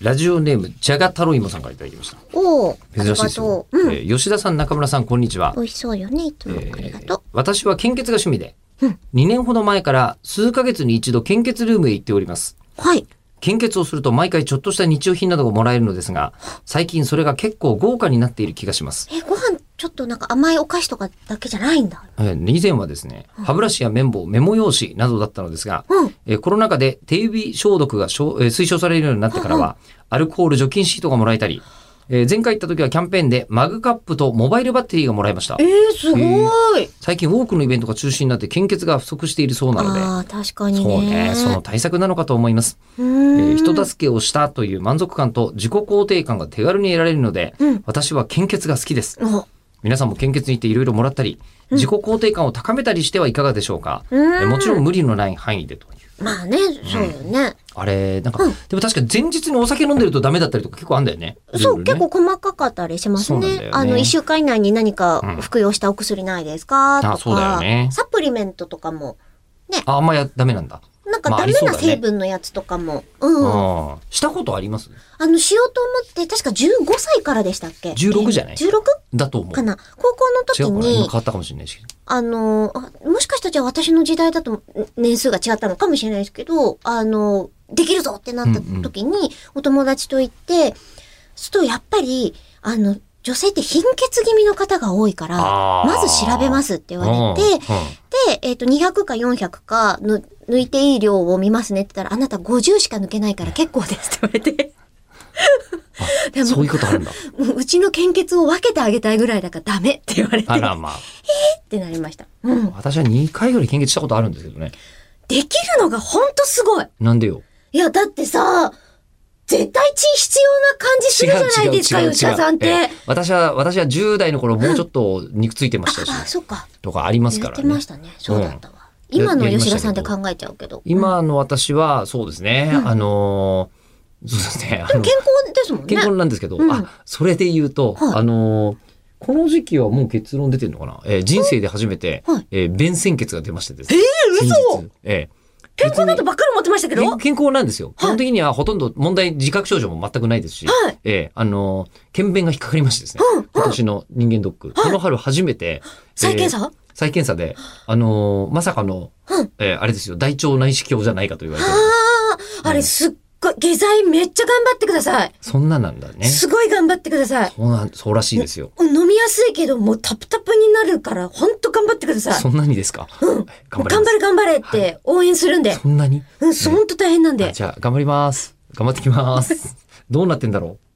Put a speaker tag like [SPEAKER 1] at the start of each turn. [SPEAKER 1] ラジオネーム、じゃが太郎芋さんからいただきました。
[SPEAKER 2] おお、あり
[SPEAKER 1] 珍
[SPEAKER 2] が
[SPEAKER 1] しいですよ
[SPEAKER 2] と。う。う
[SPEAKER 1] え
[SPEAKER 2] ん。
[SPEAKER 1] ー吉田さん、中村さん、こんにちは
[SPEAKER 2] 美。味しそうよね。いつもありがとう。
[SPEAKER 1] 私は献血が趣味で、2年ほど前から数ヶ月に一度献血ルームへ行っております。
[SPEAKER 2] はい。
[SPEAKER 1] 献血をすると毎回ちょっとした日用品などがもらえるのですが、最近それが結構豪華になっている気がします。
[SPEAKER 2] え、ご飯、ちょっとなんか甘いお菓子とかだけじゃないんだ。
[SPEAKER 1] えー以前はですね、歯ブラシや綿棒、メモ用紙などだったのですが、
[SPEAKER 2] うん
[SPEAKER 1] えーコロナ禍で手指消毒がしょうえー推奨されるようになってからは、アルコール除菌シートがもらえたり、えー前回行った時はキャンペーンでマグカップとモバイルバッテリーがもらえました
[SPEAKER 2] え。ー、すごい。
[SPEAKER 1] 最近多くのイベントが中止になって献血が不足しているそうなので、
[SPEAKER 2] ああ、確かにね。
[SPEAKER 1] そうね、その対策なのかと思います。
[SPEAKER 2] う
[SPEAKER 1] え
[SPEAKER 2] ーん。
[SPEAKER 1] ー人助けをしたという満足感と自己肯定感が手軽に得られるので、
[SPEAKER 2] うん
[SPEAKER 1] 私は献血が好きです。
[SPEAKER 2] お
[SPEAKER 1] 皆さんも献血に行っていろいろもらったり、自己肯定感を高めたりしてはいかがでしょうか、
[SPEAKER 2] うーん
[SPEAKER 1] えもちろん無理のない範囲でという。
[SPEAKER 2] まあね、そうよね。
[SPEAKER 1] あれ、なんか、でも確か前日にお酒飲んでるとダメだったりとか結構あんだよね。
[SPEAKER 2] そ
[SPEAKER 1] ルー
[SPEAKER 2] う、
[SPEAKER 1] ル
[SPEAKER 2] 結
[SPEAKER 1] ね
[SPEAKER 2] 構細かかったりします
[SPEAKER 1] そうなん
[SPEAKER 2] ね。
[SPEAKER 1] だよね
[SPEAKER 2] あの、一週間以内に何か
[SPEAKER 1] うん
[SPEAKER 2] 服用したお薬ないですか、とか。
[SPEAKER 1] そうだよね
[SPEAKER 2] サプリメントとかも、
[SPEAKER 1] ああんまや、ダメなんだ。
[SPEAKER 2] なんか
[SPEAKER 1] まあ
[SPEAKER 2] ダ
[SPEAKER 1] あ
[SPEAKER 2] メ
[SPEAKER 1] りそう
[SPEAKER 2] な
[SPEAKER 1] だね
[SPEAKER 2] 成分のやつとかも。
[SPEAKER 1] う
[SPEAKER 2] うん。
[SPEAKER 1] ん。したことあります
[SPEAKER 2] あの、しようと思って、確か15歳からでしたっけ
[SPEAKER 1] 16じゃない
[SPEAKER 2] ?16?
[SPEAKER 1] だと思う。
[SPEAKER 2] かな高校の
[SPEAKER 1] 違
[SPEAKER 2] 時
[SPEAKER 1] うかな今
[SPEAKER 2] に
[SPEAKER 1] 変、わったかもしれないし。
[SPEAKER 2] あの、あもしかしたらじゃあ私の時代だとん年数が違ったのかもしれないですけど、あの、できるぞってなった時に、お友達と行って、するとやっぱり、あの、女性って貧血気味の方が多いから、
[SPEAKER 1] あー
[SPEAKER 2] まず調べますって言われ
[SPEAKER 1] う
[SPEAKER 2] て、
[SPEAKER 1] んうん
[SPEAKER 2] で、えっ、と、200か400かぬ抜いていい量を見ますねって言ったら、あなた50しか抜けないから結構ですって言われて。 で
[SPEAKER 1] そう
[SPEAKER 2] も
[SPEAKER 1] いうことあるんだ。
[SPEAKER 2] もううちの献血を分けてあげたいぐらいだからダメって言われて、
[SPEAKER 1] あ
[SPEAKER 2] っ
[SPEAKER 1] らまあ。
[SPEAKER 2] てなりました。うん。
[SPEAKER 1] 私は2回ぐらい献血したことあるんですけどね。
[SPEAKER 2] できるのがほんとすごい。
[SPEAKER 1] なんでよ。
[SPEAKER 2] いや、だってさ、絶対血必要な感じするじゃないですか、吉田さんっ
[SPEAKER 1] え
[SPEAKER 2] て
[SPEAKER 1] え。私は、私は10代の頃もうちょっと肉ついてましたし、
[SPEAKER 2] あ、そっか。
[SPEAKER 1] とかあります
[SPEAKER 2] 言
[SPEAKER 1] か
[SPEAKER 2] っ
[SPEAKER 1] ら
[SPEAKER 2] てま
[SPEAKER 1] ね
[SPEAKER 2] し。たね。そうだったわ。
[SPEAKER 1] うん
[SPEAKER 2] 今の
[SPEAKER 1] ややりまし
[SPEAKER 2] 吉
[SPEAKER 1] た
[SPEAKER 2] 田
[SPEAKER 1] けど
[SPEAKER 2] さんって考えちゃうけど。うん
[SPEAKER 1] 今の私は、そうですね、あのー、そうですね、あの、
[SPEAKER 2] 健康ですもんね
[SPEAKER 1] 健。康なんですけど、
[SPEAKER 2] うん
[SPEAKER 1] あ、それで言うと、
[SPEAKER 2] はい
[SPEAKER 1] あのー、この時期はもう結論出てるのかな、えー人生で初めて、
[SPEAKER 2] はい
[SPEAKER 1] えー便潜血が出ましてですね。
[SPEAKER 2] えー嘘
[SPEAKER 1] 先日え
[SPEAKER 2] 健康だとばっかり思ってましたけ
[SPEAKER 1] え
[SPEAKER 2] ど。
[SPEAKER 1] 健健康なんですよ。基
[SPEAKER 2] はい
[SPEAKER 1] 本的にはほとんど問題、自覚症状も全くないですし、
[SPEAKER 2] はい
[SPEAKER 1] ええあのー、検便が引っかかりましてですね、今年の人間ドック、この春初めて、
[SPEAKER 2] 再検
[SPEAKER 1] えー
[SPEAKER 2] 査
[SPEAKER 1] 再検査で、あのーまさかの、
[SPEAKER 2] うん
[SPEAKER 1] えーあれですよ、大腸内視鏡じゃないかと言われてる、
[SPEAKER 2] ああ、あれすっごい、下剤めっちゃ頑張ってください。
[SPEAKER 1] そんななんだね。
[SPEAKER 2] すごい頑張ってください。
[SPEAKER 1] そうなん、そうらしいですよ。
[SPEAKER 2] 飲みやすいけど、もうタプタプになるから、ほんと頑張ってください。
[SPEAKER 1] そんなにですか、頑張り
[SPEAKER 2] 頑
[SPEAKER 1] ま
[SPEAKER 2] 張
[SPEAKER 1] す。
[SPEAKER 2] れ頑張れっ
[SPEAKER 1] は
[SPEAKER 2] て応援するんで。
[SPEAKER 1] そんなに
[SPEAKER 2] うん、ほんと大変なん
[SPEAKER 1] あ
[SPEAKER 2] で。
[SPEAKER 1] じゃあ、頑張ります。頑張ってきます。どうなってんだろう